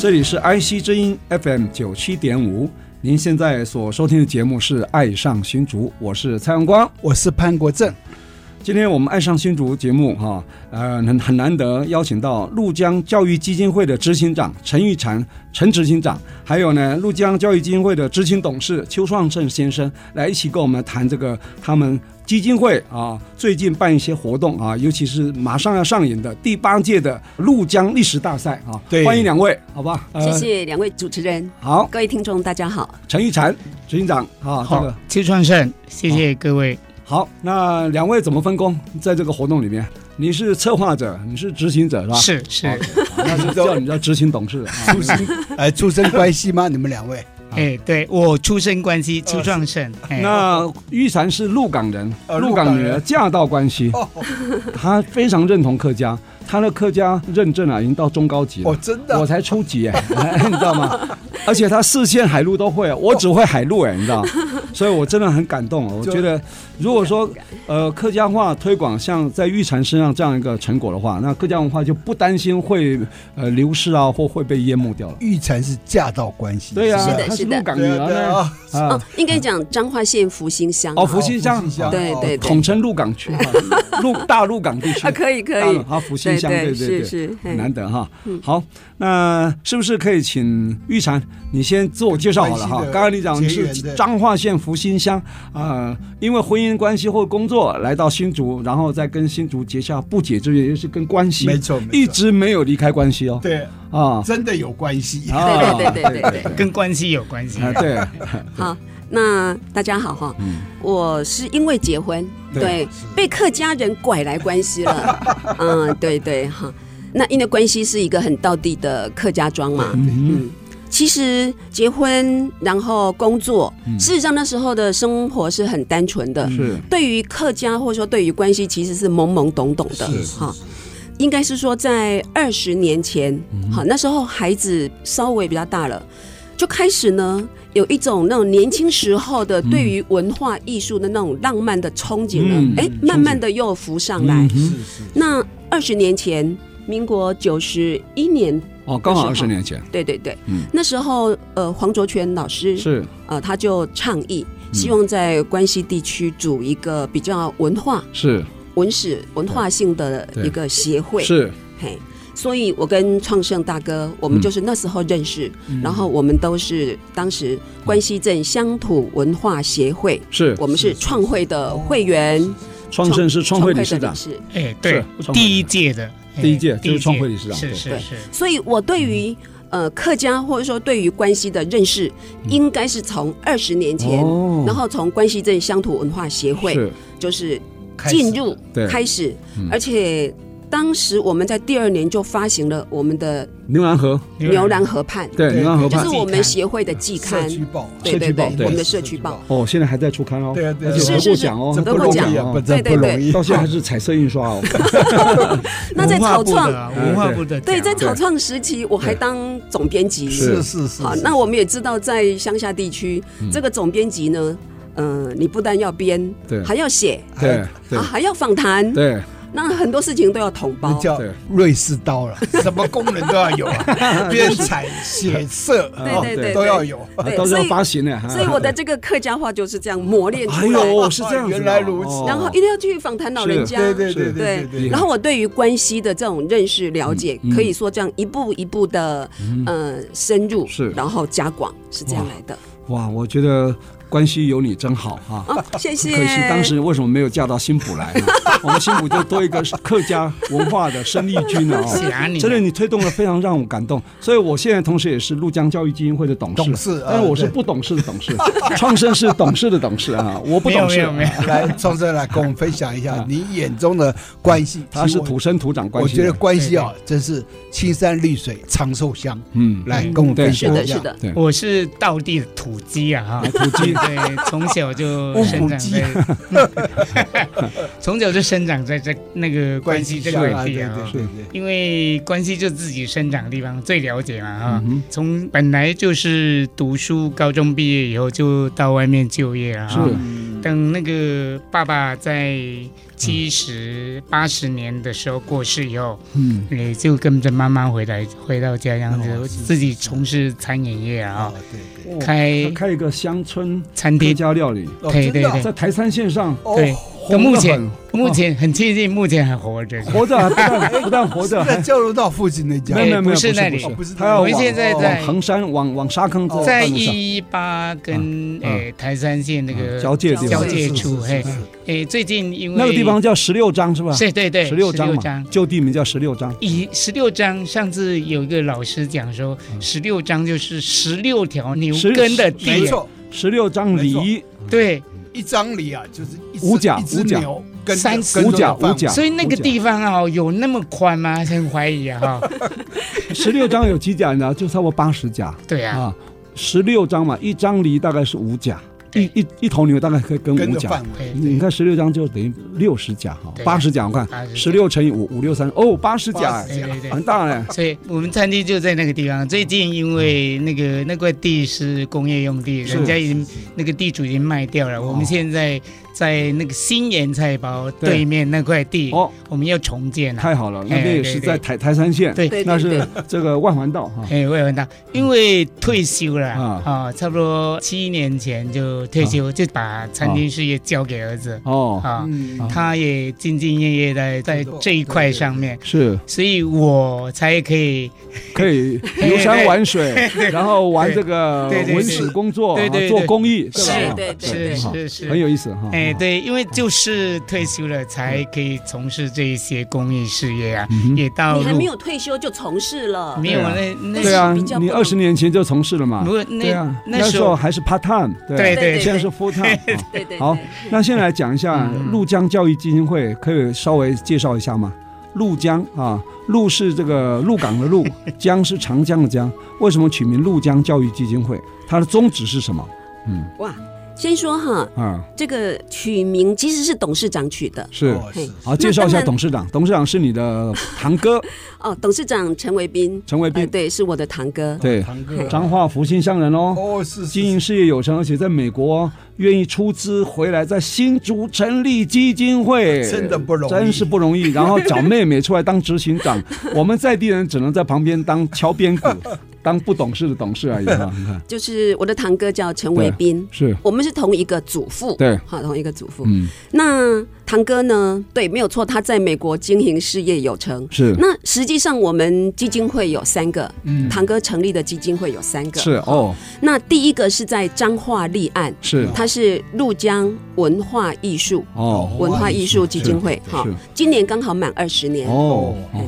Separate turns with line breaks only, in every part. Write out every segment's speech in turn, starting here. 这里是 IC 之音 FM 九七点五，您现在所收听的节目是《爱上新竹》，我是蔡阳光。
我是潘国正，
今天我们《爱上新竹》节目哈、呃，很很难得邀请到陆江教育基金会的执行长陈玉婵陈执行长，还有呢陆江教育基金会的执行董事邱创胜先生来一起跟我们谈这个他们基金会啊最近办一些活动啊，尤其是马上要上演的第八届的陆江历史大赛啊，
对
欢迎两位，好吧？呃
谢谢两位主持人，
好，
各位听众，大家好。
陈玉婵执行长啊，这个
好，邱创胜，谢谢各位。
好，那两位怎么分工在这个活动里面？你是策划者，你是执行者是吧？
是是，
好，那就叫你叫执行董事。啊
哎，出身关系吗？你们两位？
哎，对我出身关系，邱创胜。哎
那玉婵是鹿港人，
呃
鹿
鹿港
港
人
女儿嫁到关西，
哦
她非常认同客家，她的客家认证啊已经到中高级了
哦，。真的
我，才初级哎、 你知道吗？而且她四线海陆都会，啊我只会海陆哎、你知 道，所以我真的很感动。啊我
就
觉得，如果说呃客家话推广像在玉婵身上这样一个成果的话，那客家文化就不担心会呃流失啊，或会被淹没掉了。
玉婵是嫁到关系，
对呀、
是
啊，
的
她
是的
鹿港女
对啊
儿
对
呢
啊，
啊
哦，，应该讲彰化县福兴乡
哦
啊
福兴乡
福兴乡
对
哦
对对
统称鹿港区，鹿大鹿港地区
啊，。可以可
大
以
陆，啊，福兴乡，对对
是
对，
是，
很
嘿
难得哈。好，那是不是可以请玉婵你先自我介绍好了哈
关系？的
刚刚你讲你
结
是
缘的
彰化县福兴乡啊，因为婚姻关系或工作来到新竹，然后再跟新竹结下不解之缘，也就是跟关系
没错，没错
一直没有离开关系哦。
对，
啊，
真的有关系。
啊
对对对对对
跟关系有关系。
啊对，
好，那大家好哈，
嗯
我是因为结婚，
对
对，被客家人拐来关 西了，嗯，对对哈。那因为关西是一个很道地的客家庄嘛，
嗯
嗯，其实结婚然后工作，事实上那时候的生活是很单纯的，
嗯是
对于客家或者说对于关系，其实是懵懵懂懂的
是是
哈。应该是说在二十年前，好、那时候孩子稍微比较大了，就开始呢有一种那种年轻时候的对于文化艺术的那种浪漫的憧憬
嗯
呢，哎、慢慢的又浮上来。
嗯
是是，
那二十年前，民国九十一年，
哦，刚好二十年前
对对对，
嗯
那时候呃黄卓全老师
是
呃，他就倡议，希望在关西地区组一个比较文化、
是
文史、文化性的一个协会。，
是，
嘿，所以我跟创盛大哥，我们
嗯
就是那时候认识，然后我们都是当时关西镇乡土文化协会，
是
我们是创会的会员，
创盛嗯是创会理事
的
长
理，事。
哎，对
是，
第一届的，哎
第一届就是创会理事长
是
对
是是，
所以我对于呃客家或者说对于关西的认识，应该是从二十年
嗯
前，
哦
然后从关西镇乡土文化协会。
是
就是
开始
进入
对
开始
嗯，
而且当时我们在第二年就发行了我们的
牛栏河，
牛栏河畔，
对
对
牛栏河
就
畔
是，我们协会的季刊
社。区报，
对对对
社区报对
我们的社区报，
哦，现在还在出刊哦，
对啊对啊
而且
是
得
是
过
是
奖哦，
这
得
不
过
容
奖
易啊，不这
对对
不容易
到。现在还是彩色印刷 哦，
那在
文化
草
部
创，
的
创
文化部的啊
对，在
奖
草创时期，我还当总编辑。
是嗯
是是是，
好，
是
那我们也知道，在乡下地区，这个总编辑呢，嗯，你不但要编
对，
还要写，
对对
啊，还要访谈，
对，
那很多事情都要统
那
包。
叫
对
瑞士刀 了，什么功能都要有啊，编采、写色哦
对对对
都要有。
啊
对
到时候
所以
发行呢，哈
所以我的这个客家话就是这样磨练
哎
出来，
呦是这样子哦，
原来如此
哦
然后一定要去访谈老人家，
对对对
是
对对
厉害
然后我对于关系的这种认识了解，
嗯嗯嗯
可以说这样一步一步的、呃深入，
是
然后加广，是这样来的。
哇，我觉得关系有你真好哈。
哦，谢谢。
可惜当时为什么没有嫁到新浦 来呢？我们新浦就多一个客家文化的生力军了
啊
谢
哦。
谢你，
真的，你推动的非常让我感动， 所以我现在同时也是陆江教育基金会的董事，
董事啊
但是我是不懂事的董事， 创生是董事的董事 啊，我不
没有
懂
没
事
有，没有，
来，创生来跟我们分享一下你眼中的关系。
啊他是
其实我
土生土长关
我
系人。
觉得关系啊，真是青山绿水长寿乡。
嗯，
来
嗯
跟我们
对
分
是
享
的，
一
是
下。
的，
对，
我是道地的土鸡啊，哈，
土 鸡
对，从小就
哦
生
土
长
鸡
在， 从小就生长在这那个关西这
乡
个
啊
地
对
啊
对，对对。
因为关西就自己生长的地方最了解嘛，哈
嗯，哼
从本来就是读书，高中毕业以后就到外面就业了哈
是。
等那个爸爸在七十八十年的时候过世以后，
嗯，
也就跟着妈妈回来回到家，这样
哦
子
是
自己从事餐饮业啊
啊，，对
哦
对。
他
开
开一个乡村
餐
客
厅。
家料理，
哦
对
真的啊
对
在台山线上
哦
对，
红
目
得
前
很，
目前很庆幸，目前还活着。
活着还 不但不但活着，
是在
还
交流道附近那家
没有没有没有
不是那里
不是
哦不是
他要
我们现在
哦
在哦
往横山往往沙坑这
在
半路哦上
一八跟
嗯
诶台山县那
嗯
个
交界地
交
方，
界
是是
处，
是
嘿
是是，
诶，最近因为
那个地方叫十六张是吧？
是，对对，
十六张嘛
哎张，。
旧地名叫十六张。
以十六章，上次有一个老师讲说，十六章就是十六条牛根的
对
没
地，
错，
嗯十六张犁，
对，
一张里啊就是一只
五甲
一只
五甲
牛跟
三
着
十
跟着
五甲
范围
五甲
所以那个地方啊，有那么宽吗？很怀疑啊，哈，
十六张有几甲呢？就 差不多八十甲
对啊，
啊，十六张嘛，一张犁大概是五甲，
对
一一一头牛大概可以跟
跟
五
着
甲
范。
对。
围
你看十六张就等于六十甲哈，
对
八十甲我看
80甲
十六乘以五五六三哦，八十甲
80
对对对。
很大 嘞。
所以我们餐厅就在那个
嗯
地方。最近因为那个那块地是工业用地，
是哦
人家已经那个地主已经卖掉了。我们现在在那个新盐菜包
对
对面那块地，
哦，
我们要重建了。
太好了，那边也是在台台山县，
哎对
对
那
对
是
对，
这个外环道哈。
哎，我也问到，因为退休了
嗯啊
啊、差不多七年前就退休，就把餐厅事业交给儿子
哦，
啊。
嗯
啊
他也兢兢业业在在这一块上面，
是
所以我才可以
可以游山玩水，然后玩这个
对对对
文史工作，
对对对
啊做公益，
是
对吧
对对
是
对
哈
是是
很有意思哈。
哎，
哈，
对，因为就是退休了才可以从事这一些公益事业啊，
嗯哼
也到
你还
入
没有退休就从事了，
没有啊那那
对啊
但是比较，不
你二十年前就从事了嘛
不？过
对
那
啊，
那
那时
时
候
候
还是 part time，
对
对
现在是 full time 哈。
对对
好
对，
那先来讲一下
嗯
陆江教育基金会，可以稍微介绍一下吗？陆江啊，陆是这个陆港的 陆，江是长江的江。为什么取名陆江教育基金会？它的宗旨是什么？嗯
哇。先说哈，
啊，
这个取名其实是董事长取的
是。
哦
嘿
好，介绍一
那当
下
然
董事长。董事长是你的堂 哥
哦。董事长陈维斌，
陈伟
呃，
斌，
对，是我的堂哥。
对，
堂哥
彰化福兴乡人哦，
哦是是
经营事业有成，而且在美国哦愿意出资回来，在新竹成立基金会，
真的不容易
真是不容易。然后找妹妹出来当执行 长，我们在地人只能在旁边当敲边鼓，当不懂事的董事而已 嘛。你看，
就是我的堂哥叫陈伟斌，
是，
我们是同一个祖父，
对
好，同一个祖父。
嗯，
那堂哥呢？对，没有错，他在美国经营事业有成。
是
那实际上，我们基金会有三个，
嗯
堂哥成立的基金会有三个。
是哦，
那第一个是在彰化立案，
是
它是陆江文化艺术
哦
文化艺术基金会，哈
是，
今年刚好满二十年。
哦哦。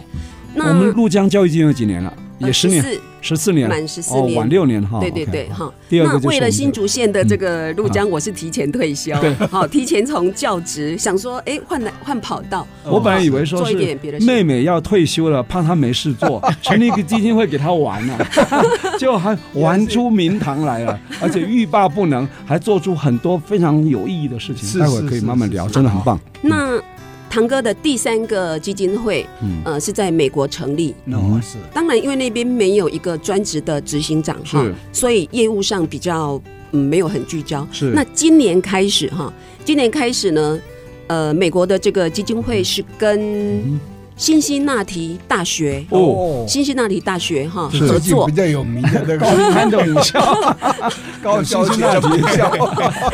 我们
那
陆江教育基金会几年了？也
呃
十年，
14
十四年，
满十四
哦，
年，
晚六年哈。
对对
OK，
对，
好
哈。
第二个
那
就是
为
我
了
们
新
的
竹县的这个陆江，我是提前退休
对，
好，提前从教职，想说，哎，换来换跑道，
我本来以为说
做
是
一点别的
妹
事。
妹要退休了，怕她没事做，成立一个基金会给她玩 呢、结果还玩出名堂来了，而且欲罢不能，还做出很多非常有意义的事情。
是
待会儿
是
可以
是
慢慢
是
聊，
是
真的很棒。
那堂哥的第三个基金会，
嗯
呃，是在美国成立。
哦是
当然，因为那边没有一个专职的执行长哈
是，
所以业务上比较嗯没有很聚焦。
是
那今年开始哈，今年开始呢，呃，美国的这个基金会是跟辛辛那提大学，
哦，
辛辛那提大学哈
是
合
最近
作
比，较有名的那个
看着你笑，
高校级的名校，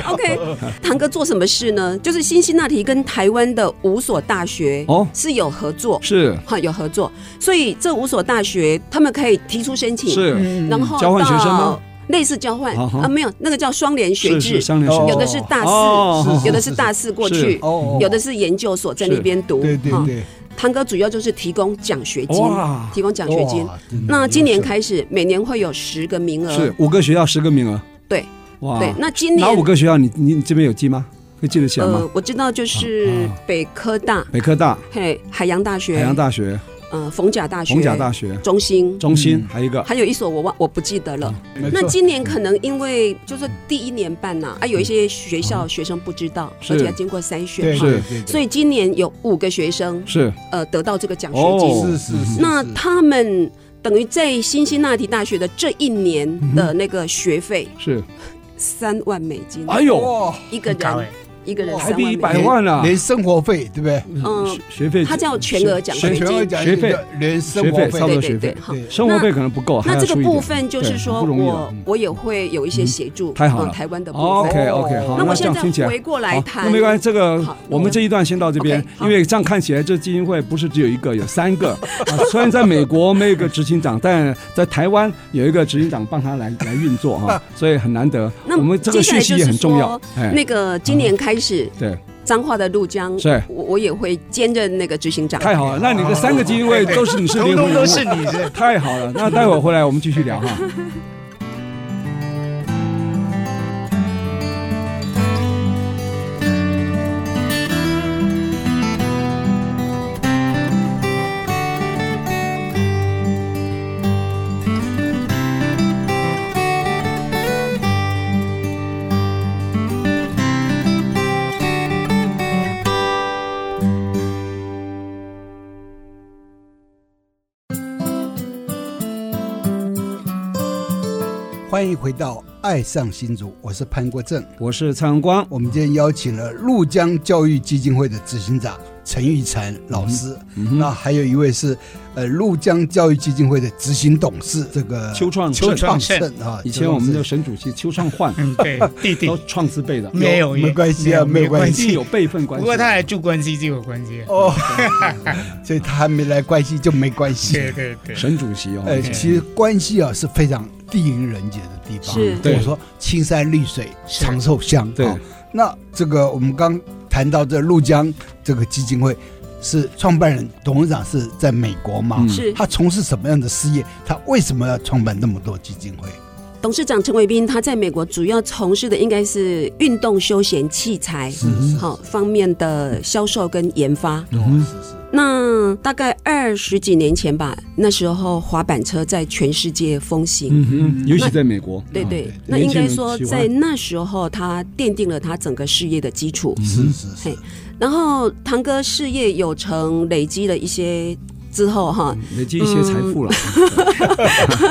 OK，堂哥做什么事呢？就是辛辛那提跟台湾的五所大学
哦
是有合作，
是
哈、有合作，所以这五所大学他们可以提出申请，
是
嗯
然后
交换学生吗
到类似交换
啊哈
啊，没有那个叫双联学
是
制
是，相连学
哦
制
有的是大
哦
四，
是
有的是大四过去，
哦
有的是研究所在那边读。
对对
哈
对，
堂哥主要就是提供奖学
哦
金，
哇，
提供奖学金。
哇真的
那今年
优秀
开始，每年会有十个名
是
额。
五个学校十个名额，
嗯对
哇，
对，那今
哪
年
五个学校你你你这边有记吗？会记得起来吗？
呃，我知道就是
啊啊
北科大、
北科大、
嘿海洋大学、
海洋大学、
呃逢甲大学、
逢甲大学、
中心，
中心
嗯，
还有一个
还有一所我忘我不记得了。
没
那
错
今年可能因为就是第一年办呐、啊，有一些学校学生不知道，
是
而且要经过筛选
对
哈，
对
嗯是
对，对
所以今年有五个学生
是
呃得到这个奖学金，
哦
是是是，
那
是
他们等于在辛辛那提大学的这一年的那个学费
是，
三万美金，
哎欸呦，
哇
一个人
高哎
一个人
哇
还
三万
比
美
一
金
百万啊！
连生活费对不对？
嗯
学学费
它叫全额奖学
全
金
额奖
学费
连生活
学费差不多
对
费，
对
学
对
费，
好。
对
生活费可能不够，还
那
要
这个
出一点
部分就是说
对很不容易了
我
嗯
我也会有一些协助，
太好了哦
嗯台湾的部分。哦
OK OK，好，
那
那
我
这
现
样
在
听起来
回过来
好，
谈，
那没关系，这个
好那
我
我
们这一段先到这边
OK，，好
因为这样看起来这基金会不是只有一个，有三 个。啊虽然在美国没有一个执行长，但在台湾有一个执行长帮他来来运 作哈，所以很难得。
那
我们这个讯息也很重要
接，
哎，嗯
那个今年开始，
对，
彰化的陆江，
是
我我也会兼任那个执行长。
太好了。那你的三个基金会都是你是
通
灵魂
通
人
都
物，
是你 的。
太好了。那待会儿回来我们继续聊哈。
欢迎回到《爱上新竹》，我是潘国正。
我是蔡荣光，
我们今天邀请了陆江教育基金会的执行长陈玉婵老师，
嗯
那还有一位是呃陆江教育基金会的执行董事，这个
邱创盛
邱创盛
邱
啊，
以前我们的
邱
省主席邱创 焕
嗯， 对，弟弟
都创字辈的，
没有
没
也
关系啊没有
一
关
定
系
有辈分关
不
系。
过他还住关西就有关系。
创盛哦， 所以他还没来关系就没关
对
系。
对对，
沈主席哦，
呃，
对
其实关系啊是非常地灵人杰的地方，
是
对
我说青山绿水
是
长寿乡，
对
啊那这个我们刚谈到这陆江这个基金会是创办人董事长是在美国嘛？
嗯
是
他从事什么样的事业？他为什么要创办那么多基金会？
董事长陈伟斌，他在美国主要从事的应该是运动休闲器材
嗯
好方面的销售跟研发。
嗯
是是，
那大概二十几年前吧，那时候滑板车在全世界风行。
嗯哼，尤其在美国，
对
啊
对
对，
那
年
应
轻
该
人
说
喜欢
在那时候，他奠定了他整个事业的基础。
哦
嗯
是是
嘿
是，
然后堂哥事业有成，累积了一些之后哈，
累积一些财富了，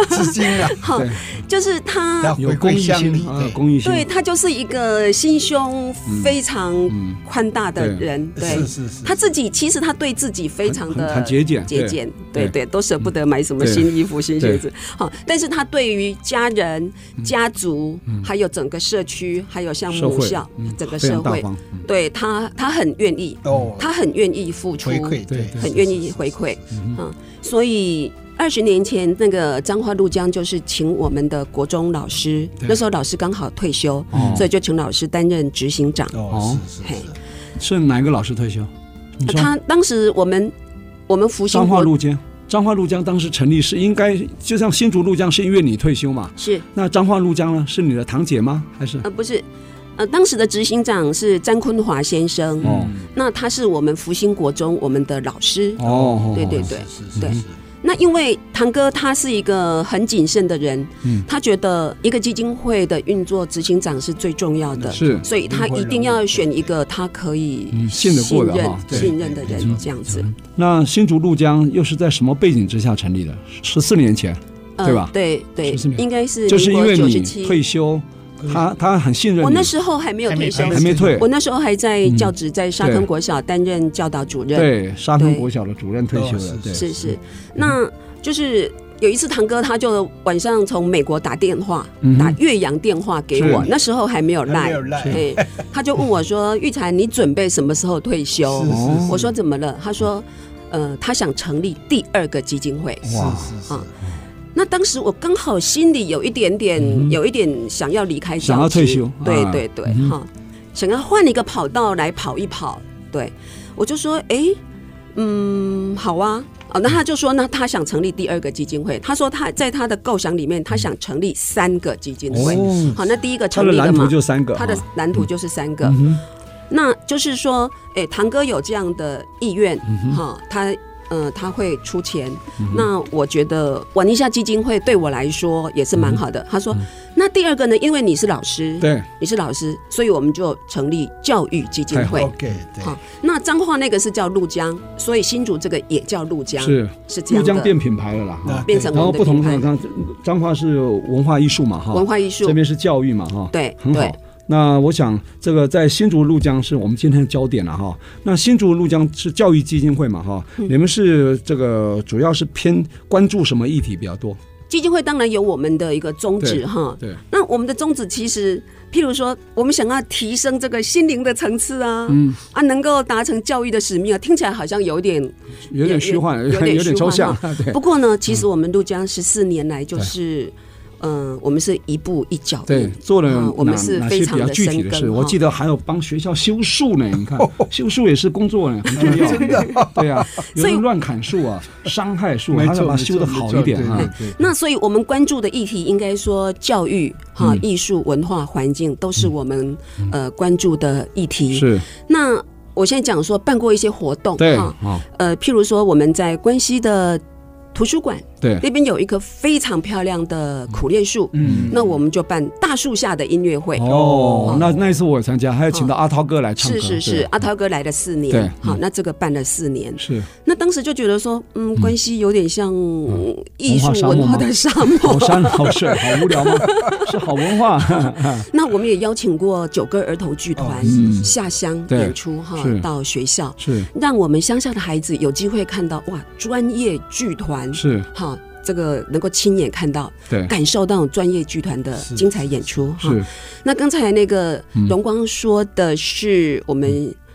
资金 啊，
好
对，
就是他
要
有
回
公
归
益
乡里
心，啊，，
对
公益心，
对他就是一个心胸非常
嗯，
宽大的
嗯对
人，对
是。是是，
他自己其实他对自己非常
很
的
很很节俭
节
对
俭，对
对嗯
对，都舍不得买什么
对
新衣服、新
对嗯
鞋子。好，但是他对于家人、家族，还有整个社区，还有像
社
母
会
校
嗯，
整个
非
社
常大
会，
方，嗯
对他，他很愿意，
哦，
他很愿意付出，
回馈对，
对
很愿意回馈，嗯，所以二十年前那个彰化陆江就是请我们的国中老师，那时候老师刚好退休，
哦
所以就请老师担任执行长。
哦，是是
嘿
是，
是哪一个老师退休？你说
他当时我们我们福星
彰化
国
陆江，彰化陆江当时成立是应该，就像新竹陆江是因为你退休嘛，
是
那彰化陆江呢是你的堂姐吗？还是
呃不是呃当时的执行长是詹坤华先
嗯
生，
哦
那他是我们福星国中我们的老师。
哦，
对对
哦，
对，
是是是
对
是，
那因为堂哥他是一个很谨慎的人，
嗯
他觉得一个基金会的运作执行长是最重要的，
是
所以他一定要选一个他可以
嗯信
信
得过的
任、
哈对嗯
信任的
没
人，
错
这样子，
那新竹陆江又是在什么背景之下成立的？十四年前，对吧
呃对对
14，年
应该是
就是因为
九十
你
七，
退休，他他很信任你，
我那时候还没有
还没
退休
退，
还没退，
我那时候还在教职，在沙
对
坑国小担任教导主任，
对沙坑
对
国小的主任退休
哦是
了，对，
是是，那就是。有一次，堂哥他就晚上从美国打电话，
嗯哼
打岳阳电话给我
是，
那时候还没有
还没
赖
有，赖，
哎，他就问我说：“玉婵，你准备什么时候退休
是？”是是
我说：“怎么了？”他说：“呃，他想成立第二个基金会。
是
哇
是是
啊”那当时我刚好心里有一点点，有一点想要离开教职，
嗯想要退休
对
啊
对对，哈、
嗯哼
想要换一个跑道来跑一跑。对，我就说，哎，嗯，好啊。哦，那他就说，那他想成立第二个基金会。他说他在他的构想里面，他想成立三个基金会。
哦，
好，那第一个
他
成
的
立了
蓝图
嘛？
就三个，
他的
哈
蓝图就是三个。
嗯
那就是说，诶，堂哥有这样的意愿，
嗯
哈、他呃他会出钱。那我觉得玩一下基金会对我来说也是蛮好的。他说，那第二个呢，因为你是老师
哼，，嗯对，
你是老师，所以我们就成立教育基金会。
哎
OK，对，
好，那彰化那个是叫陆江，所以新竹这个也叫陆江，
是
是这
陆
样的，
江变品牌了啦，
那
哈。
变成
然
我
后
们
不
的
同的
品牌
彰彰化是文化艺术嘛，哈，
文化艺术
这，边是教育嘛，哈，
对
很好
对。
那我想，这个在新竹鹭江是我们今天的焦点了哈。那新竹鹭江是教育基金会嘛哈，
嗯
你们是这个主要是偏关注什么议题比较多？
基金会当然有我们的一个宗
对
旨哈，
对，
那我们的宗旨其实，譬如说，我们想要提升这个心灵的层次啊，嗯啊，能够达成教育的使命啊，听起来好像有点，
有点
有
虚幻，
有 点
有点
虚
抽
幻啊
象，对
不过呢，其实我们陆江十四年来就是，嗯、我们是一步一脚
对
印，，
做了
嗯
哪
我们是
哪些
非
比
常
较
的
具体
深
的
耕
事？我
哈哦
记得还有帮学校修树呢， 你看修树也是工作呢，很重要，对呀，有
所以
人乱砍树 啊，伤害树啊，
没
还要
错，
把它修得好一点啊
啊。。
那所以我们关注的议题，应该说教育、哈、
嗯
艺术、文化、环境都是我们、呃关注的议题。
是
那我现在讲说办过一些活动，
对
哈
啊，，
呃，譬如说我们在关西的图书馆。
对，
那边有一棵非常漂亮的苦楝树，
嗯
那我们就办大树下的音乐会。
哦，那那一次我也参加，还有请到阿涛哥来唱歌，
嗯是是是，阿涛哥来了四
对
年
嗯，
好，那这个办了四年
对，，是
那当时就觉得说，嗯，关系有点像艺
嗯文
术
化沙漠
文化
吗
的沙
好
漠。
山好水好无聊 吗？是好文 化，
那我们也邀请过九歌儿童剧团
嗯
下乡
对
演出哈
是，
到学校，
是
让我们乡下的孩子有机会看到哇，专业剧团
是，
哈，这个能够亲眼看到，
对
感受到专业剧团的
是
精彩演出哈。
是
那刚才那个荣光说的是我们、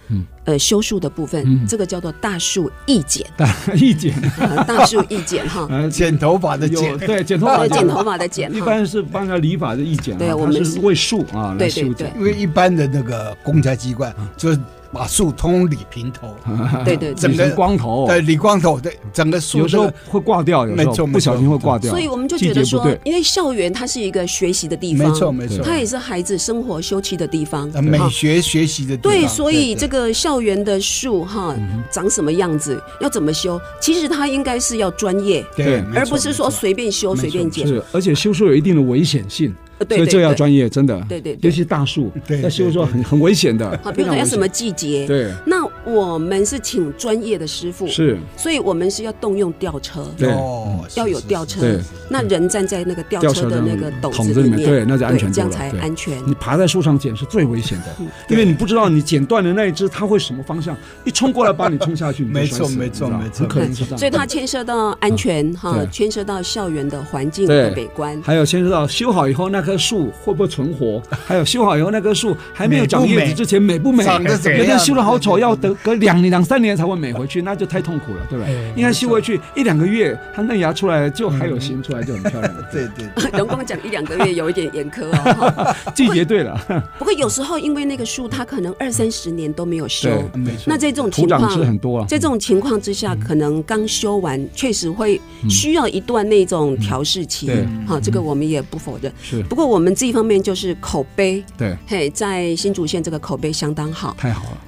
嗯
呃修树的部分，
嗯
这个叫做大树意 剪，
大 意见，
呃大树意剪哈，
呃，
剪头发的
有
剪，
对剪头发
呃
就
剪头发的剪
一
哈，
般是帮他理发的意见啊，
对我
他
们
是
是
为树啊来
对对
修
对
剪，
因为一般的那个公家机关就是把树通理平头，
对对对。
整
理
个
成光头，
对，理光头，对，整个树
哦有时候
这个
会挂掉，有时
没错
候
没错
不小心会挂掉，
所以我们就
季
觉
节
得
不
说
对，，
因为校园它是一个学习的地方，
没错没错，
它也是孩子生活休憩的地方，
呃美
哈
学学习的地方
对，所以
对
这个校园的树哈，
嗯
长什么样子，要怎么修，其实它应该是要专业，
对
对，没错
而不是说
没错
随便修
没错
随便剪。
是而且修树有一定的危险性，
呃对
所以
对
这要
对
专业，真的，
对对
尤
对
其大树
对
要修的时候
对对
很很危险的，
好，比
非
如说
常
要
危
什么
险
季节，
对
那我们是请专业的师傅，，
是
所以我们是要动用吊车，
对
哦，
要
是
有
是
吊
是
车
对，
那人站在那个吊车的那个斗
筒
子
子里
里
面
面，
对那是安全
这样
多了
才
对嗯
安全。
你爬在树上捡是最危险的，因为你不知道你剪断的那一只它会什么方向，一冲过来把你冲下去，你就
没错
摔死了
没错
你知道
没错
很可能是这样。
所以它牵涉到安全哈
嗯对，
牵涉到校园的环境
对
的美 观。
还有牵涉到修好以后那棵树会不会存活，还有修好以后那棵树还没有长叶
美不
子
美
之前美不美，
长得怎么
有
样？
的人修的好丑，
对
要
对
等隔两两三年才会美回去，那就太痛苦了，对不对
哎？
应该修回去一两个月，它嫩芽出来就还有形出来就很漂亮 了。
对对对，
荣光讲一两个月有一点严苛哦， 哈
季节对 了，
不过有时候因为那个树它可能二三十年都没有修，
对
没错。
那在这种
土
情
长
况，
是很多啊。
在这种情况之下，
嗯
可能刚修完，确实会需要一段那种调试
嗯
期
对。
好，这个我们也不否认。
是
不过我们这一方面就是口碑，
对，
嘿，在新竹县这个口碑相当好。
太好了，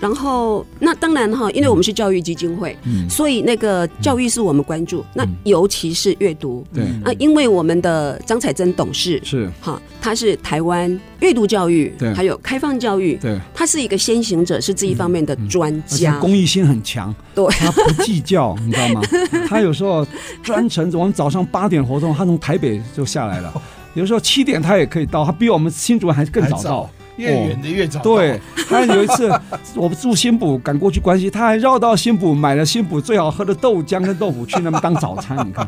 然后那当然哈，因为我们是教育基金会，
嗯，
所以那个教育是我们关注，那尤其是阅读。
对，
啊，因为我们的张彩珍董事，
嗯是，
哈，他是台湾阅读教育
对，
还有开放教育，
对。嗯
他是一个先行者，是这一方面的专
而且
家。
公益心很强，
对
他不计较，你知道吗？他有时候专程，我们早上八点活动，他从台北就下来了，有时候七点他也可以到，他比我们新竹还更早到
还早。越远的越早。
呃
对，，他有一次我们住新埔，赶过去关西，他还绕到新埔买了新埔最好喝的豆浆跟豆腐去那边当早餐，你 看，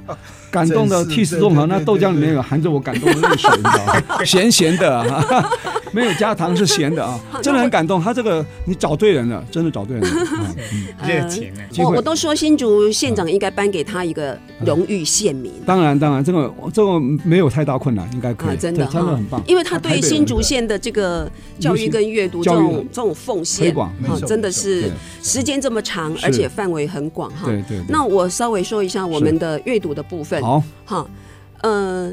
感动的
真是
涕泗纵横。
对
那
对
豆浆里
对
面
对
有含着我感动的泪水，你知道吗？咸咸的、啊，没有加糖是咸的啊，真的很感动。他这个你找对人了，真的找对人了。啊嗯
热情呢。
机
我
会
我都说新竹县长应该颁给他一个荣誉县民，
当然，当然，这个这个没有太大困难，应该可以，
啊真的
这真的
哈
很棒。
因为他对
台北人
新竹县的这个教育跟阅读这
教育
种这种奉
推
献，
广，
没
啊
错，
真的
对
是时间这么长，
是
而且范围很广哈。
对对。对
那我稍微说一下我们的阅读的部分
好，
哈，呃，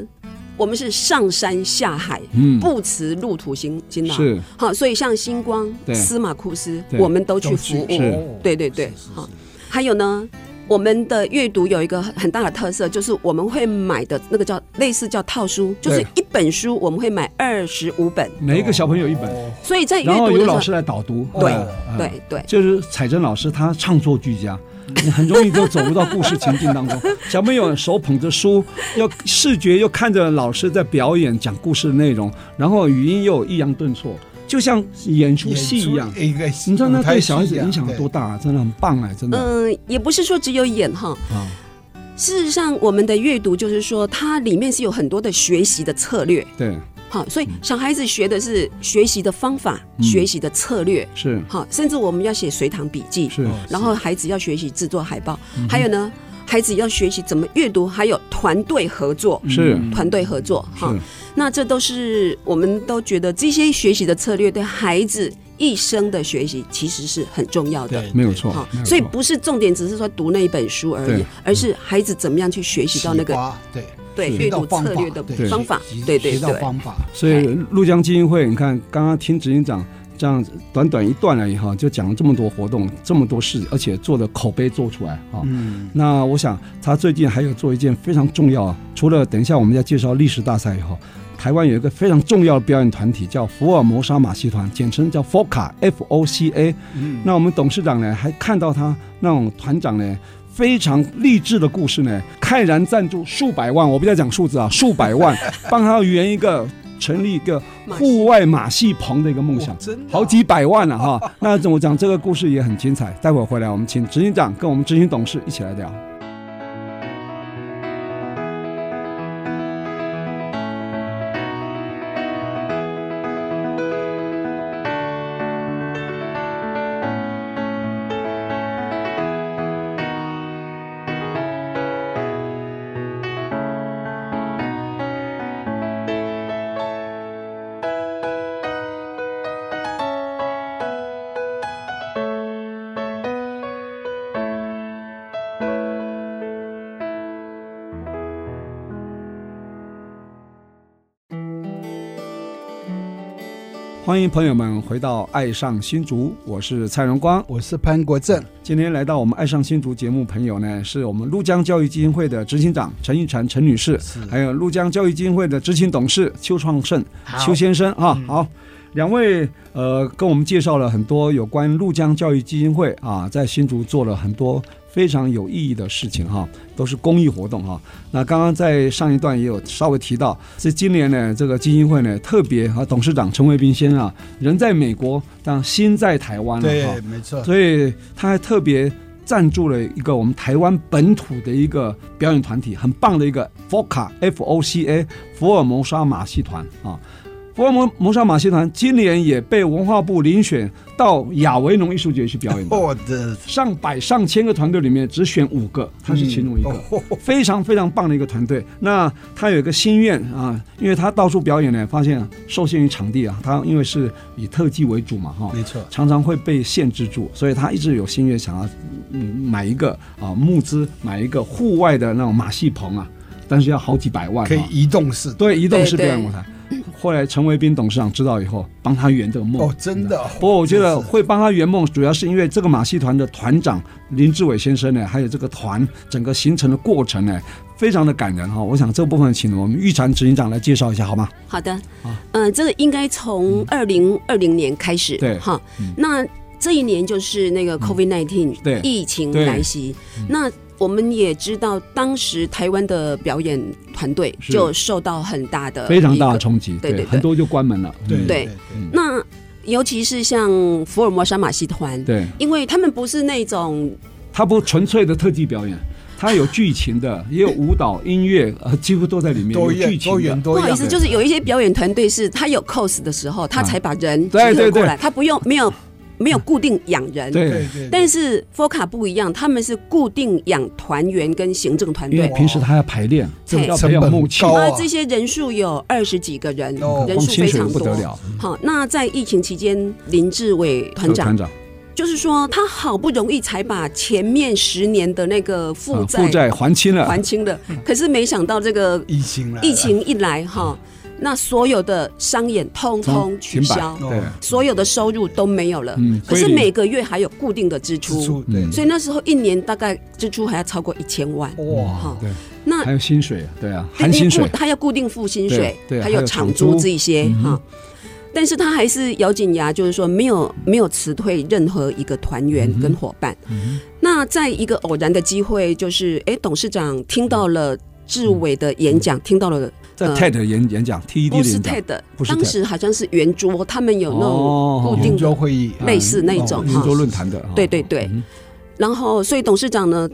我们是上山下海，
嗯，
不辞路途辛辛劳，
是
好，所以像星光
对、
司马库斯，
对
我们都去服务，
是
对对对，好，还有呢。我们的阅读有一个很大的特色，就是我们会买的那个叫类似叫套书，就是一本书我们会买二十五本，
每一个小朋友一本，
所以在阅
然后
读
由
的时
老
候，
师来导读。
对
啊，啊
对对，
就是彩珍老师她唱作俱佳，你很容易就走入到故事情境当 中。小朋友手捧着书，要视觉又看着老师在表演讲故事的内容，然后语音又有抑扬顿挫，就像演出戏一样。
一个
你知道那对小孩子影响
有
有多大啊？真的很棒哎，真的
嗯、也不是说只有演哈，
啊，
事实上，我们的阅读就是说，它里面是有很多的学习的策略，
对，
好，所以小孩子学的是学习的方法、
嗯
学习的策略，
是
好，甚至我们要写随堂笔记，
哦是，嗯
然后孩子要学习制作海报，还有呢，孩子要学习怎么阅读，还有团队合作，
是
团队合作，哈
是，
那这都是我们都觉得这些学习的策略对孩子一生的学习其实是很重要的。
对
没有错
好，
没有，
所以
错
不是重点，只是说读那一本书而已
对，
而是孩子怎么样去学习到那个
对
对
是
阅读策略的
对
方法
学，
对对
学到
对，
方法，
所以陆江基金会，你看刚刚听执行长这样短短一段而已哈，就讲了这么多活动，这么多事，而且做的口碑做出来啊哈。
嗯，
那我想他最近还有做一件非常重要，啊，除了等一下我们要介绍历史大赛以后，台湾有一个非常重要的表演团体叫福尔摩沙马戏团，简称叫 FOCA，F O C A。那我们董事长呢，还看到他那种团长呢。非常励志的故事呢，慨然赞助数百万，我不要讲数字啊，数百万，帮他圆一个成立一个户外马戏棚的一个啊梦想
哇，真的
好几百万了、哈。 那怎么讲？这个故事也很精彩。待会儿回来，我们请执行长跟我们执行董事一起来聊。欢迎朋友们回到《爱上新竹》，我是蔡荣光。
我是潘国正，
今天来到我们《爱上新竹》节目朋友呢，是我们陆江教育基金会的执行长陈玉婵陈女士，
是
还有陆江教育基金会的执行董事邱创盛
好
邱先生啊，
嗯
好。两位呃，跟我们介绍了很多有关陆江教育基金会啊，在新竹做了很多非常有意义的事情哈、都是公益活动哈、那刚刚在上一段也有稍微提到，是今年呢，这个基金会呢特别和董事长陈卫斌先生啊，人在美国，但心在台湾了、哈
对，没 错，
所以他还特别赞助了一个我们台湾本土的一个表演团体，很棒的一个 FOCA F O C A 福尔摩沙马戏团啊。福尔摩摩沙马戏团今年也被文化部遴选到亚维农艺术节去表演的。
我的
上百上千个团队里面只选五个，他是其中一个，
嗯哦
非常非常棒的一个团队。那他有一个心愿啊，因为他到处表演呢，发现受限于场地啊，他因为是以特技为主嘛，哈、
没错，
常常会被限制住，所以他一直有心愿想要嗯买一个啊募资买一个户外的那种马戏棚啊，但是要好几百万、啊，
可以移动式的，
对移动式
对
表
对
演舞台。后来陈维斌董事长知道以后，帮他圆这个梦嗯
哦，真的，
不过我觉得
真是
会帮他圆梦，主要是因为这个马戏团的团长林志伟先生呢，还有这个团整个形成的过程呢，非常的感人哈、我想这部分请我们玉婵执行长来介绍一下好吗？
好的，
啊
嗯，这个应该从二零二零年开始，
嗯对嗯
哈，那这一年就是那个 COVID 19
对嗯
疫情来袭，那。我们也知道，当时台湾的表演团队
是
就受到很大的
非常
呃一个
大的冲击，
对对对
很多就关门了，
对
嗯
对那尤其是像福尔摩沙马戏团，
对，
因为他们不是那种
他不纯粹的特技表演，它有剧情的，也有舞蹈、音乐，呃，几乎都在里面，
多
有
元
剧
多
情的。
元
不
多
好意
样
思，。就是有一些表演团队是他有 cos 的时候，他才把人
啊对对
集合过
对
来，他不用没有没有固定养人。
对
对，对，
但是 FOCA 不一样，他们是固定养团员跟行政团
因为
队。
平时他要排练，
对
要培
成
养
本
默契，
高
啊
啊，，
这些人数有二十几个人，
哦
人
光
数
薪
非
水
常
不得
多。
了。
好，那在疫情期间，林志伟团长
团长，
就是说，他好不容易才把前面十年的那个负
啊
债
负债嗯还清了，
还清了，可是没想到这个
疫情了，
疫情一来哈，那所有的商演通通取消，
哦
对，
所有的收入都没有了。
嗯，
可是
归零
每个月还有固定的支
支
出，
出对
嗯，
所以那时候一年大概支出还要超过一千万。
哇，
哈，
嗯对
那
还有薪水啊，对啊，含
对
薪
因为
水
固，他要固定付薪水，
对对
还
还
有
有
场
场
租
租
这一些
嗯哼
哈。但是他还是咬紧牙，就是说没有没有辞退任何一个团
嗯
员跟伙伴。那在一个偶然的机会，就是哎，董事长听到了志伟的演讲，听到了
在
呃
TED 演演讲，TED
不
嗯的
是
演讲，
TED，
不是 TED
当时好像是圆桌，他们有那种
哦
固定
圆
的
桌会议嗯哦
类似那种
圆
哈
桌论坛的，啊
对对对，
嗯
然后，所以董事长呢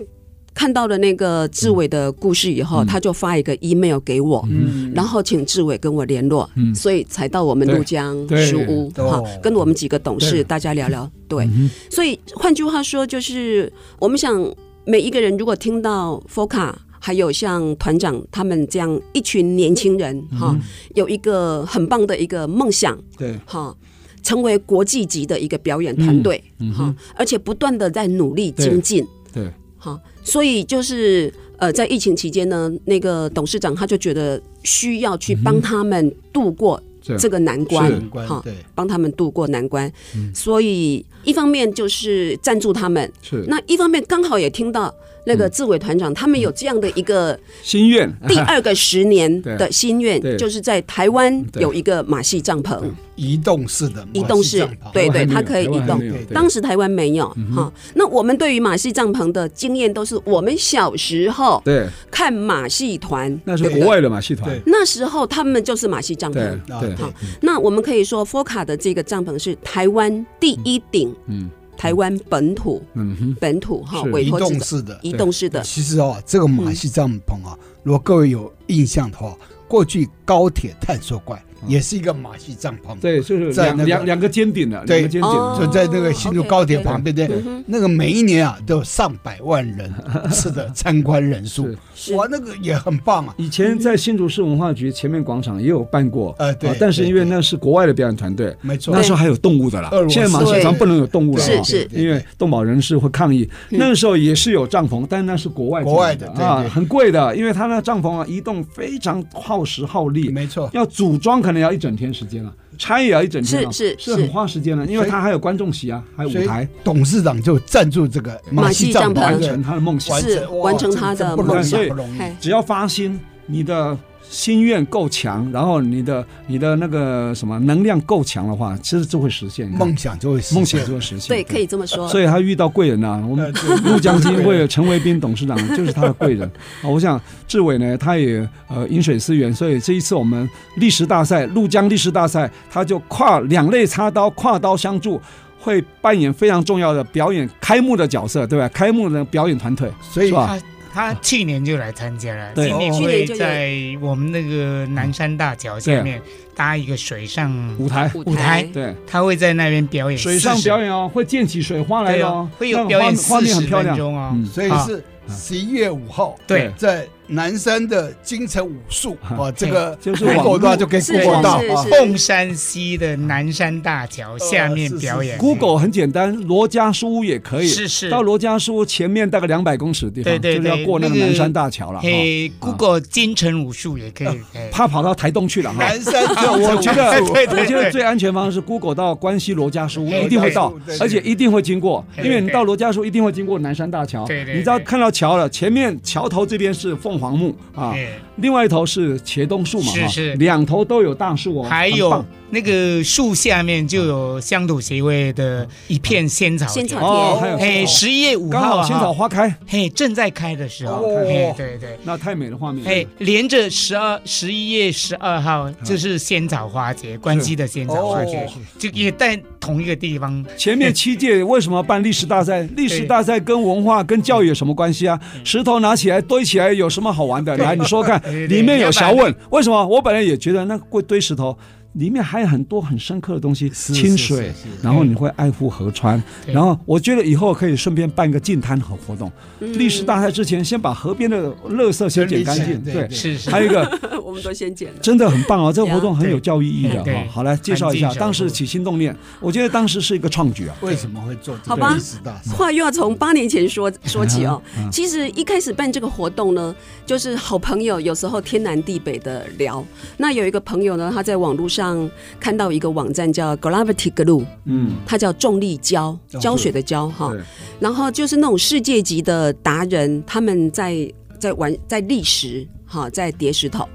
看到了那个志伟的故事以后，
嗯
他就发一个 email 给我，
嗯
然后请志伟跟我联络，
嗯
所以才到我们
对
怒江
对
书屋
哦
哈，跟我们几个董事
对
大家聊聊。对，
嗯哼
所以换句话说，就是我们想每一个人如果听到 Foca。还有像团长他们这样一群年轻人哈，
嗯
有一个很棒的一个梦想，
对，
哈，成为国际级的一个表演团队，
嗯
哈
哼，
而且不断的在努力精进，
对对，
哈，所以就是呃，在疫情期间呢，那个董事长他就觉得需要去帮他们度过
这
这个难
嗯
关
是，嗯
关
哈，
对，
帮他们度过难关，所以一方面就是赞助他们，
是
那一方面刚好也听到。那
嗯
个志伟团长，他们有这样的一个
心愿，
第二个十年
对
的心愿，
对
就是在台湾
对
有一个马戏帐篷，
移动式的嘛，
移动式
是这样吧
对 对
台湾还没有
它可以移
台
动
湾还没有
对
对
当时台湾没有哈、那我们对于马戏帐篷的经验都是我们小时候
对，
看马戏团，
那是
对不对
国外的马戏团
对，
那时候他们就是马戏帐
对
篷。
啊
对，
好那我们可以说，FOCA 的这个帐篷是台湾第一顶，
嗯
台湾本土
嗯哼，
本土哈
是
委
移
托制
动
造
式的。
移动式的，
其实哦，这个马戏帐篷啊，如果各位有印象的话，过去高铁探索馆也是一个马戏帐篷，
对，就是
在
两
那个
两两个尖顶的，
对
两个尖
哦
顶
就在那个新竹高铁旁边
嗯
的。
哼，
那个每一年啊都有上百万人次的参观人数，
是
哇，那个也很棒啊！
以前在新竹市文化局前面广场也有办过，
呃对
啊但是
对
因为
对
那是国外的表演团队，
没错，
那时候还有动物的啦
俄罗，斯
现在马戏团不能有动物了
是嗯
啊，
是
因为动保人士会抗议。那时候也是有帐篷，但那是国外
国外的对
啊
对，
很贵的，因为它那帐篷啊移动非常耗时耗力，
没错，
要组装可能要一整天时间了，拆也要一整天了，
是是
是很花时间的，因为它还有观众席啊，还有
所
舞
以
台，
哎董事长就赞助这个
马戏
戏
帐
帐
篷
完
篷
成他的梦想
完。
是
成哇
完成
这
他
这
的
不容易
梦想
不容易啊
嘿
只要发心，你的心愿够强，然后你的你的那个什么能量够强的话，其实就会实现你看
梦想就会实
梦
现
想就会实现。
对，可以这么说，
所以他遇到贵人呐、啊我们陆江基金会的陈维斌董事长 就是他的贵人啊。我想志伟呢，他也呃饮水思源，所以这一次我们历史大赛陆江历史大赛，他就跨两肋插刀，跨刀相助。会扮演非常重要的表演开幕的角色，对吧？开幕的表演团队，
所以
是吧？
他他去年就来参加了，
对
今年
哦
会在我们那个南山大桥下面搭一个水上，
舞台，
舞台
对，
他会在那边表演
水上
40
表演哦，会溅起水花来
对
的
哦
哦，，
会
那
有
个
表
画
演
画
四
面很
十
漂
分
亮。
钟哦
嗯，
所以是十一月五号
对
在南山的京城武术
啊
哇，这个
就是网
Google
络
的话就可以
是
Google 到
是
啊
是
凤山西的南山大桥下
哦
面表演。
Google 很简单，罗家书屋也可以，
是是
到罗家书屋前面大概两百公尺的地方，
对对
就是
对
要过那个
那个
南山大桥了。哈啊
嘿，Google 金城武术也可以。嘿
怕跑到台东去了哈。
南山
这
的
我觉得，
对对对
我觉得最安全方式是 Google 到关西罗家书屋
对
一定会到
对对，
而且一定会经过，
对
因为你到罗家书屋一定会经过南山大桥。
对对对
你只要看到桥了，前面桥头这边是凤凰木啊，
嘿
另外一头是茄冬树嘛，
是
哈
是
两头都有大树哦，
还
很
有
棒
那个树下面就有乡土协会的一片仙草
仙
田
草
哦，还有
嘿，
仙草
十一月哎五
刚
号
好
啊
仙草花开，
嘿正在开的时候，
哦
嘿，对对。
那太美的画面。
哎，连着十二十一月十二号
嗯
就是仙草花节，关西的仙草花节
哦
是，
就也在同一个地方。
前面七届为什么办历史大赛？历史大赛跟文化、跟教育有什么关系啊？石头拿起来堆起来有什么好玩的？来，你说看
对对，对
里面有
要不然
小问，为什么？我本来也觉得那个堆石头里面还有很多很深刻的东西，
是
清水
是是，
然后你会爱护河川，
对
然后我觉得以后可以顺便办个净滩河活动。历史大赛之前，先把河边的垃圾先捡干净，对
整理起来对。
是是，
还有一个，
我们都先剪了。
真的很棒啊！这个活动很有
对
教育意义的
对
哈。好，来介绍一下
环境
当时
照顾
起心动念，我觉得当时是一个创举啊。
为什么会做这
好
个
吧
历史大赛？
话又要从八年前说说起哦
嗯嗯。
其实一开始办这个活动呢，就是好朋友有时候天南地北的聊。那有一个朋友呢，他在网络上看到一个网站叫 Gravity Glue，
嗯，
它叫重力胶，
哦
胶水的胶哈
对。
然后就是那种世界级的达人，他们在在玩在砾石哈，在叠石头。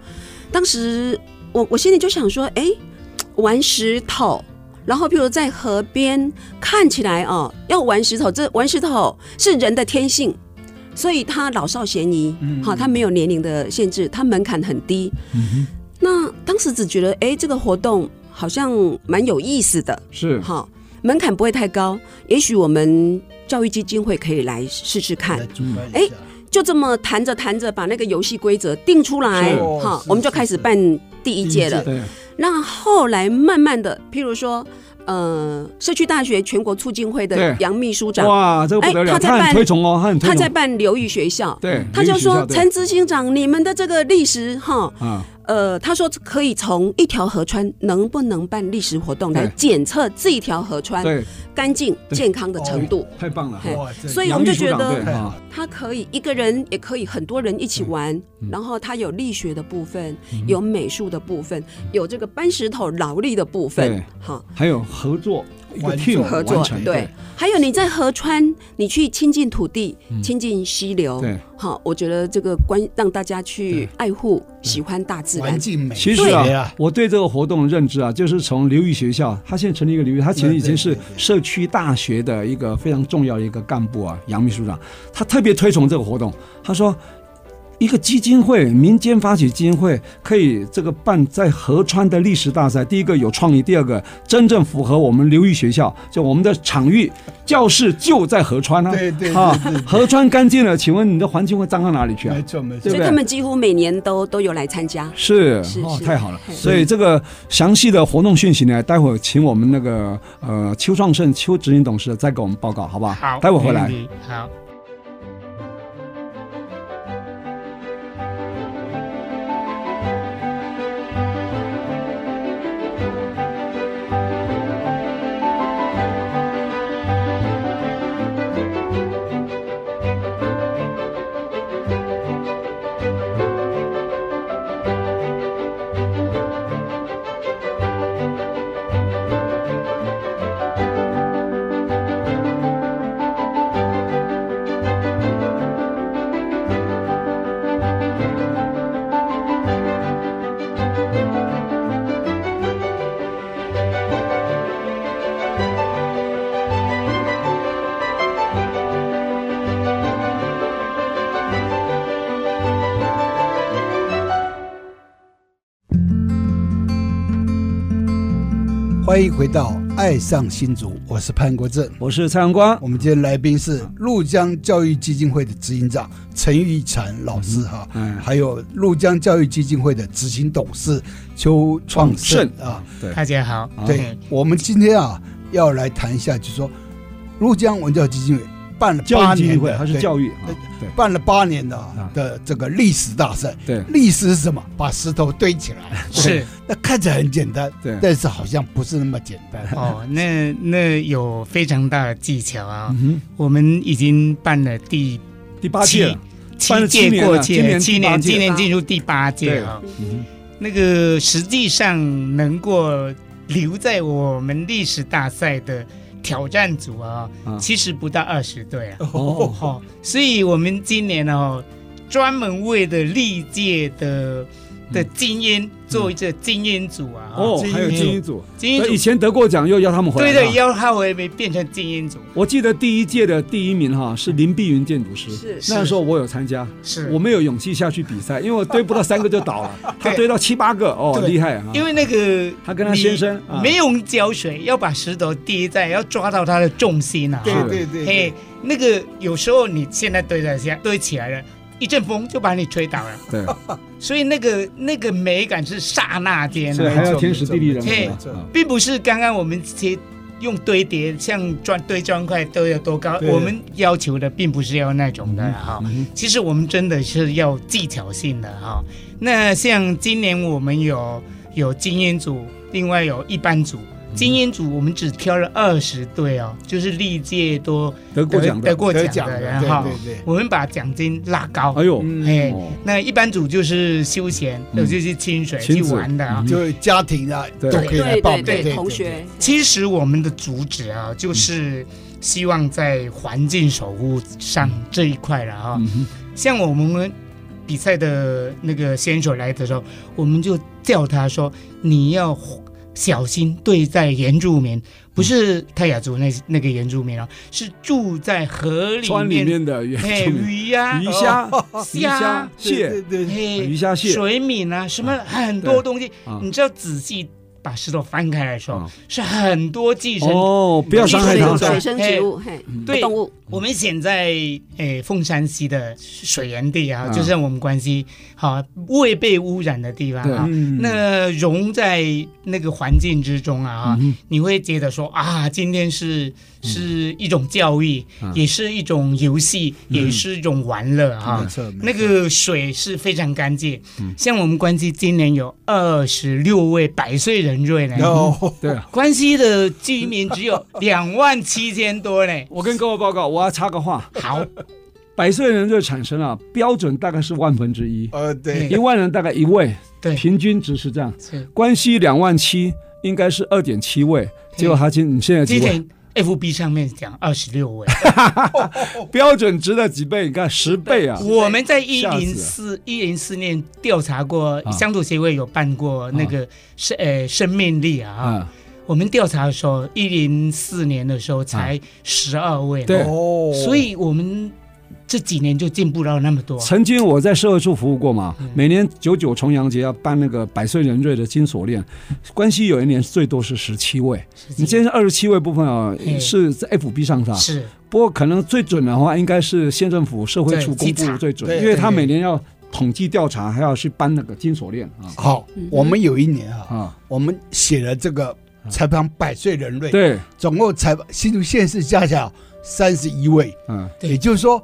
当时我我心里就想说，哎，玩石头。然后，譬如在河边，看起来哦，要玩石头，这玩石头是人的天性，所以它老少咸宜，好、它没有年龄的限制，它门槛很低。那当时只觉得，哎，这个活动好像蛮有意思的，
是
好，门槛不会太高，也许我们教育基金会可以来试试看
来。主办一
哎
下
就这么谈着谈着，把那个游戏规则定出来
是，
哈
是，
我们就开始办第一届了。
对，
那后来慢慢的，譬如说，呃，社区大学全国促进会的
对
杨秘书长，
哇，这个不得了，
哎他在
他很
办
推崇哦，他很推
他
崇，
在办流域学校，
对，
他就说：“
参
陈执行长，你们的这个历史，哈，
啊，
呃，他说可以从一条河川能不能办历史活动来
对
检测这一条河川
对，
干净
对
健康的程度。”
太棒了，
嘿
哇，这
所以
杨
我们就
秘书
觉
长
得
对啊，
他可以一个人，也可以很多人一起玩。然后他有力学的部分，有美术的部分，有这个搬石头劳力的部分
对。
好，
还有合作一个
合作
team
合作
完成
对，还有你在河川，你去亲近土地，亲近溪流。
对，
好，我觉得这个关让大家去爱护、喜欢大自然
环。境美
其实
学
啊
啊，，
我对这个活动的认知啊，就是从流域学校，它现在成立一个流域，它其实已经
对
是
对对对
社区大学的一个非常重要的一个干部啊，杨秘书长，他特别推崇这个活动，他说。一个基金会，民间发起基金会可以这个办在河川的历史大赛。第一个有创意，第二个真正符合我们流域学校，就我们的场域教室就在河川啊，
对对
啊
对对，
河川干净了，请问你的环境会脏到哪里去啊？
没错没错
对
所
不
以
对
他们几乎每年都都有来参加。
是
是
哦，
是
太好了！
嘿
所以这个详细的活动讯息呢，待会儿请我们那个呃邱创盛邱执行董事再给我们报告，好不好？
好，嗯
待会儿回来
没。问题。好。
欢迎回到《爱上新竹》，我是潘国正。
我是蔡阳光，
我们今天来宾是
嗯
陆江教育基金会的执行长陈玉婵老师哈，
嗯
还有陆江教育基金会的执行董事邱创盛
创
啊。
对
大家好，
对，我们今天啊要来谈一下，就是说陆江文教基金会办了
教
八
育基
年
金会
的，
还是
对
教育啊
哎
对？
对
办了八年的
啊
啊的这个历史大赛。
对
历史是什么？把石头堆起 来。
是
那看起来很简单，
对
但是好像不是那么简单。
哦，那那有非常大的技巧啊！
嗯
我们已经办了第
哼，第八
七
届了，办了
七
七
届
年了
过
今年第
届，七
八
年
届
今年进入第八届啊。
嗯
那个实际上能够留在我们历史大赛的挑战组啊，
啊
其实不到二十队啊。
哦
哦，所以我们今年哦，专门为了历届的的精英做一个精英组啊，
嗯哦，
精
还有
英
精英组，
精英
以
组，
前得过奖又邀他们回来啊
对
了。
对，要他会被变成精英组，
我记得第一届的第一名哈是林碧云建筑师，
是
那时候我有参加，
是
我没有勇气下去比赛，因为我堆不到三个就倒了， 他堆到七八个哦，
对
厉害啊！
因为那个
他跟他先生
你
啊
没用胶水，要把石头滴在，要抓到它的重心啊，
对
哈
对对对
嘿，那个有时候你现在堆在下堆起来了，一阵风就把你吹倒了，
对，
所以那个那个美感是刹那间
是
的，
还要天时地利人
嘿
和啊。
并不是刚刚我们切用堆叠像砖堆砖块堆有多高，
对
我们要求的并不是要那种的啊哈、其实我们真的是要技巧性的哈、那像今年我们有有精英组，另外有一般组。
嗯
精英组我们只挑了二十队哦，就是历届都
嗯得过奖
得
的，
过
得
奖
奖
的
的
人
对
哈
对对。
我们把奖金拉高，
哎呦，
嗯
嘿
哦
那一般组就是休闲，
嗯
有就是清水
亲
去
子
玩的啊。
就家庭啊
对
都可以来
对
报
对
名，
对，同学，
其实我们的主旨啊，
嗯
就是希望在环境守护上这一块了啊。
嗯哼
像我们呃比赛的那个选手来的时候，我们就叫他说：“你要小心对待原住民，不是泰雅族那那个原住民啊，是住在河里
川里
面
面的原
嘿
住民
鱼呀、哦
鱼虾、鱼虾
虾、
对
蟹、
对对，
嘿
鱼虾蟹
水敏啊，什么很
对
多东西，
啊
你只要仔细把石头翻开来的时候，
啊
是很多寄生
哦，不要伤害
水
它
嗯。
水生植物，嘿，
对
动物，
我们现在诶，凤山西的水源地啊，
嗯
就是我们关西好、未被污染的地方
对
啊。
嗯
那融在那个环境之中啊，啊
嗯哼
你会觉得说啊，今天是是一种教育，
嗯
也是一种游戏，也是一种玩乐啊。
嗯
没错，没错
那个水是非常干净，像我们关西今年有二十六位百岁人瑞呢，
哦，
对啊，
关西的居民只有两万七千多呢。
我跟各位报告，我要插个话，
好，
百岁人瑞产生啊，标准大概是万分之一，
呃，对，
一万人大概一位，
对，
平均值是这样。
是
关系两万七，应该是二点七位，结果他今你现在
今
几位？
天 FB 上面讲二十六 位，
标准值的几倍？你看十倍啊！
我们在一
吓
零
死
四一零四年调查过
啊，
乡土协会有办过那个生呃生命力啊。
啊，
我们调查的时候，一零四年的时候才十二位，
啊对
哦，
所以我们这几年就进步到那么多。
曾经我在社会处服务过嘛
嗯，
每年九九重阳节要办那个百岁人瑞的金锁链，关系有一年最多是十七位。你今天是二十七位部分啊，
嗯
是在 FB 上的啊，
是
不过可能最准的话，应该是县政府社会处
对
公
稽
布
查
最准，
对
因为
对
他
对
每年要统计调查，还要去颁那个金锁链啊
好
嗯，
我们有一年啊，
啊，
我们写了这个采访百岁人类，
对，
总共采访新竹县市加起来三十一位，
嗯，
对
也就是说，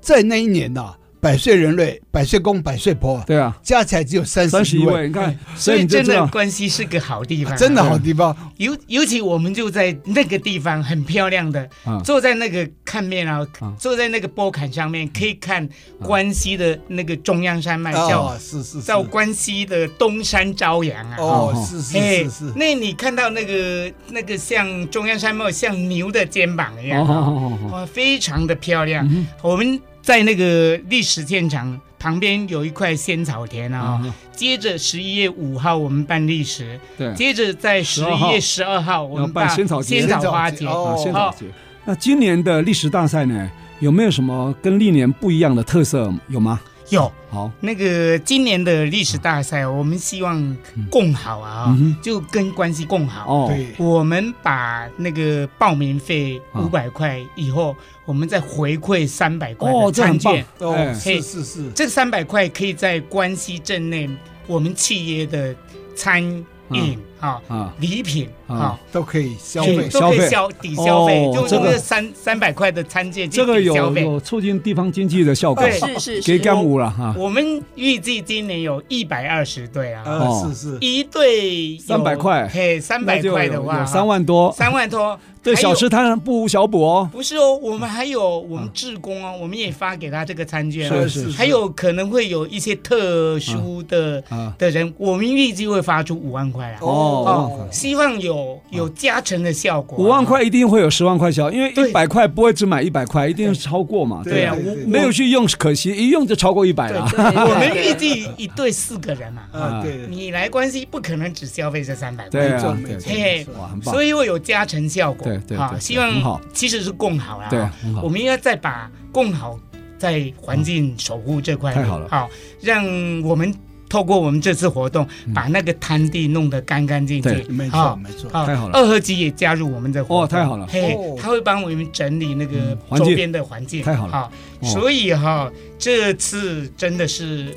在那一年呐，百岁人类、百岁公、百岁婆
对啊，
加起来只有三
三
十
十
一
一
位，
位，你看，所
所
以
以
你就
真
知
的
道，
关西是个好地方，
啊真的好地方，
尤尤其我们就在那个地方很漂亮的，
啊
坐在那个看面啊，
啊
坐在那个波坎上面，可以看关西的那个中央山脉，
哦，
叫
是是是，
叫关西的东山朝阳啊。
哦，是是
哎
是是，
那你看到那个那个像中央山脉像牛的肩膀一
哦，
样，
好
哇、
好好好，
非常的漂亮。
嗯
我们在那个历史现场旁边有一块仙草田
哼
啊、
啊，
接着十一月五号我们办历史，
对，
接着在十
12
一
嗯号
月十二号我
要
们
办
办
仙草节
仙草花
仙
节
草节，哦
啊，先总结。那今年的历史大赛呢，有没有什么跟历年不一样的特色？有吗？
有
好，
那个今年的历史大赛，我们希望共好啊，
嗯哼
就跟关系共好。
哦，
对，
我们把那个报名费
啊
五百块以后，我们再回馈三百块
哦
的
这很
餐
棒
券。
哎
哦，是是是，
这三百块可以在关西镇内我们契约的餐饮啊、
啊，
礼品啊
啊。
都可以消
都
费
对。
可
消费
以消抵消费
哦，
就
这
就
个
是三三百块的餐券去
这个
抵消
有
费。
有促进地方经济的效果，
对
是是
给
是，
干五了哈，
我们预计今年有一百二十对啊，
哦
呃，是是，
一对有
300块
嘿，三百块的话，
三万多，
三万多，
对
还
小
有
吃啊摊不无小补哦。
不是哦，我们还有我们志工哦，我们也发给他这个餐券
是
哦，
是是
还有可能会有一些特殊的
啊
的人，我们预计会发出五万块啊，
哦哦，五万块
希望有有加成的效果。啊
五万块啊一定会有十万块销，因为
对
一百块不会只买一百块，一定是超过嘛，
对
对啊，
啊，我
没有去用是可惜，一用就超过一百
对
了。
对对
我们预计一对四个人嘛，
啊，对，
你来关西不可能只消费这三百
对
块，
没错
啊
没错
嘿，
哇，很棒
所，以会有加成效果。
对对对
好，
对
希
很好
望其实是共好啦。
对
哈
啊，很好
我。们应该再把共好在环境守护这块、
嗯太好了
好，让我们透过我们这次活动，把那个滩地弄得干干净
嗯对
净。
没
好
错没错，
好
太好了
二合集也加入我们的活动
哦太好了
嘿
哦，
他会帮我们整理那个
嗯环
周
境
边的环境，
太好了哦
所以哈，这次真的是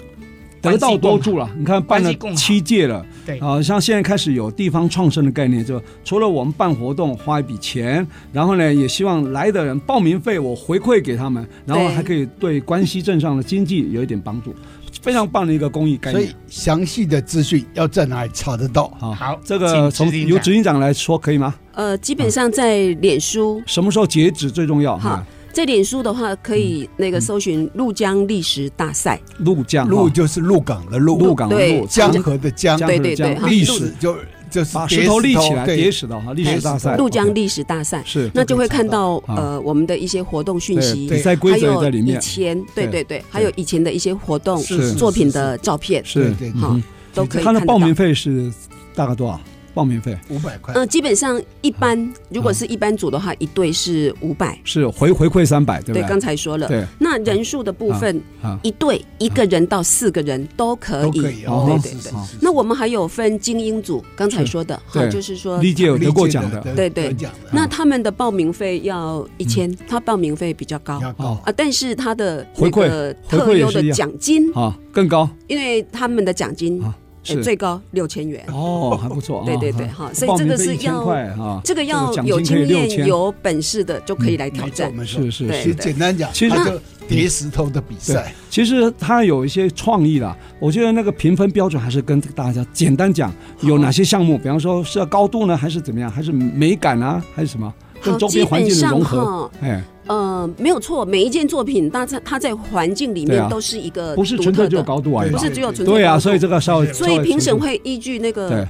得道多助
了，
了。你看办了
关系共好
七届了，
对
啊、像现在开始有地方创生的概念，就除了我们办活动花一笔钱，然后呢，也希望来的人报名费我回馈给他们，然后
对
还可以对关西镇上的经济有一点帮助，非常棒的一个公益概
所
念
以。详细的资讯要在哪里查得到？
好
好
这个
请
从
执行长
由执行长来说可以吗？
呃，基本上在脸书，
什么时候截止最重要？
好
哈，
在脸书的话，可
嗯
以那个搜寻“陆江历史大赛
陆江
鹿
哈
就是鹿港的鹿，
陆港的
对
陆
江河的江，
江
对
河的
对对
江
哈
历
鹿
史，
就就是
把
叠
石头立起来叠
对，
石头哈，历史大赛”，
陆江
啊 OK，
历史大赛，
是
那就会看到
啊
呃我们的一些活动讯
对
息，
比赛规
还
则也
有
在里面
以前对
对
对对，还有以前的一些活动
是是
作品的照片，
是
对对
哈
嗯
都可以
他
看
的
得到
报。名费是大概多少？报名费
五百块
嗯、，基本上一
啊
般，如果是一般组的话，一队是五百。
是回回馈三啊百，对不
对，刚
对？
才说了。
对
那人数的部分，
啊，
一队一个人到四个人都可
都
以。
可以
哦
哦。
对对对
是。是是
那我们还有分精英组，刚才
是
说的哈，
对
就是说
历届有
历
得过
届
奖
的
的，
对对
得奖
嗯
的
那他们的报名费要一千、他报名费比较高
要高
哦，
啊，但是他的
回
那
馈
个
回馈
特
也
优
是一
的
样
奖金，
啊，更高
因为他们的奖金、
啊，
呃
是
最高六千元，
哦，还不错啊，
对对对
啊
哈，所
报
以这
名
个
费
是
1000
要
块啊，
这个
这
要
个奖金
有
可
经
以6000嗯
验、有本事的就可以来挑
没错
战。
没错
是。是
对
其
是
实。简单讲，
其实
它就叠石头的比赛，
其实他有一些创意啦，我觉得那个评分标准还是跟大家简单讲有哪些项目，比方说是要高度呢，还是怎么样，还是美感啊，还是什么，跟
好，
周
基
边环
本
境的
上
融合，
哈，
哎，
呃，没有错，每一件作品，它在它在环境里
对啊
面都是一个
不是
独
纯粹
特
只有
的，
高度而已
不
吧
是？只有纯粹
对啊，
高
所以
度
这个稍微，
所以评审
稍微
会依据那
对啊
个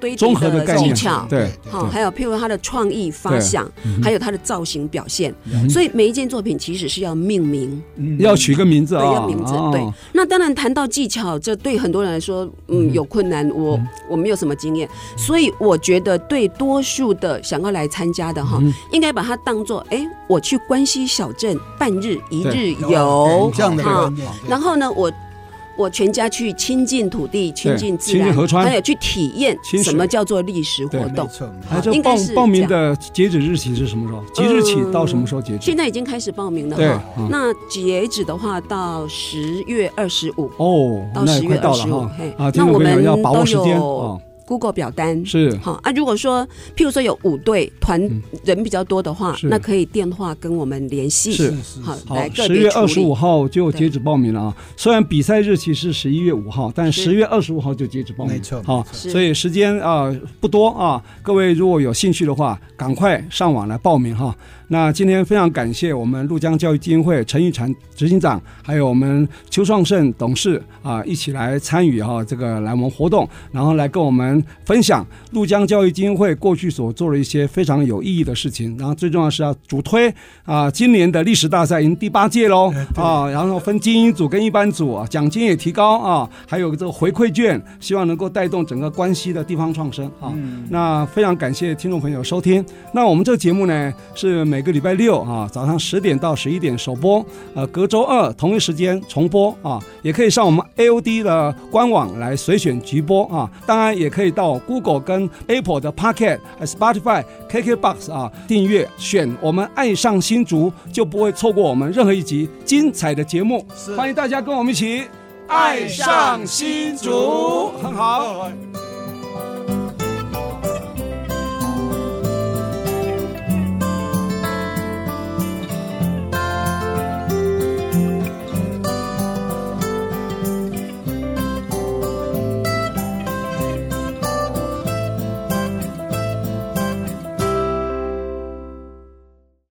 堆
综
叠
合概
技
念
巧，，
对
好，还有譬如它的创意发
对
想
嗯哼，
还有它的造型表现，
嗯
所以每一件作品其实是要命名。
嗯
要取个名字啊，
对要名字
哦
对那当然谈到技巧，这对很多人来说，嗯，有困难，我我没有什么经验，所以我觉得对多数的想要来参加的哈，
嗯
应该把它当做，哎，我去关西小镇半日一日游
这样的
哈
观念，对
然后呢，我。我全家去亲近土地，亲近自
亲
然，
近河川
还有去体验
亲水
什么叫做历史活
对
动
没。错，没
哎，
错
这
应
报
该是
报名
这
的截止日期是什么时候？即日起到什么时候截止
现？在已经开始报名了
对
哈。，
嗯
那截止的话到十月二十五
哦，
到
那
十
也快
月
到
二
了
十五
哈，
嘿，
啊，听
那
众
我
朋友
们
要把握
都
时间哦
有，Google 表单。
是
好啊，如果说譬如说有五队团
嗯
人比较多的话，
是
那可以电话跟我们联系。
是
是是
好
是，
好
来，个
十
别
月
处
二
理
十五号就
对
截止报名了啊。虽然比赛日期是十一月五号，但
是
十月二十五号就截止报名，
没错
好，
没错
是
所以时间啊、不多啊，各位如果有兴趣的话，赶快上网来报名哈。那今天非常感谢我们陆江教育基金会陈玉婵执行长，还有我们邱创盛董事啊，一起来参与哈、这个来我们活动，然后来跟我们分享陆江教育基金会过去所做的一些非常有意义的事情。然后最重要是要主推啊，今年的历史大赛已经第八届喽啊，然后分精英组跟一般组啊，奖金也提高啊，还有这个回馈券，希望能够带动整个关西的地方创生啊。那非常感谢听众朋友收听。那我们这个节目呢是每个礼拜六啊早上十点到十一点首播，呃，隔周二同一时间重播啊，也可以上我们 AOD 的官网来随选直播啊，当然也可以到 Google 跟 Apple 的 Pocket、呃 Spotify、KKBox 啊订阅选我们爱上新竹，就不会错过我们任何一集精彩的节目。
是
欢迎大家跟我们一起
爱上
新竹，很好。
好。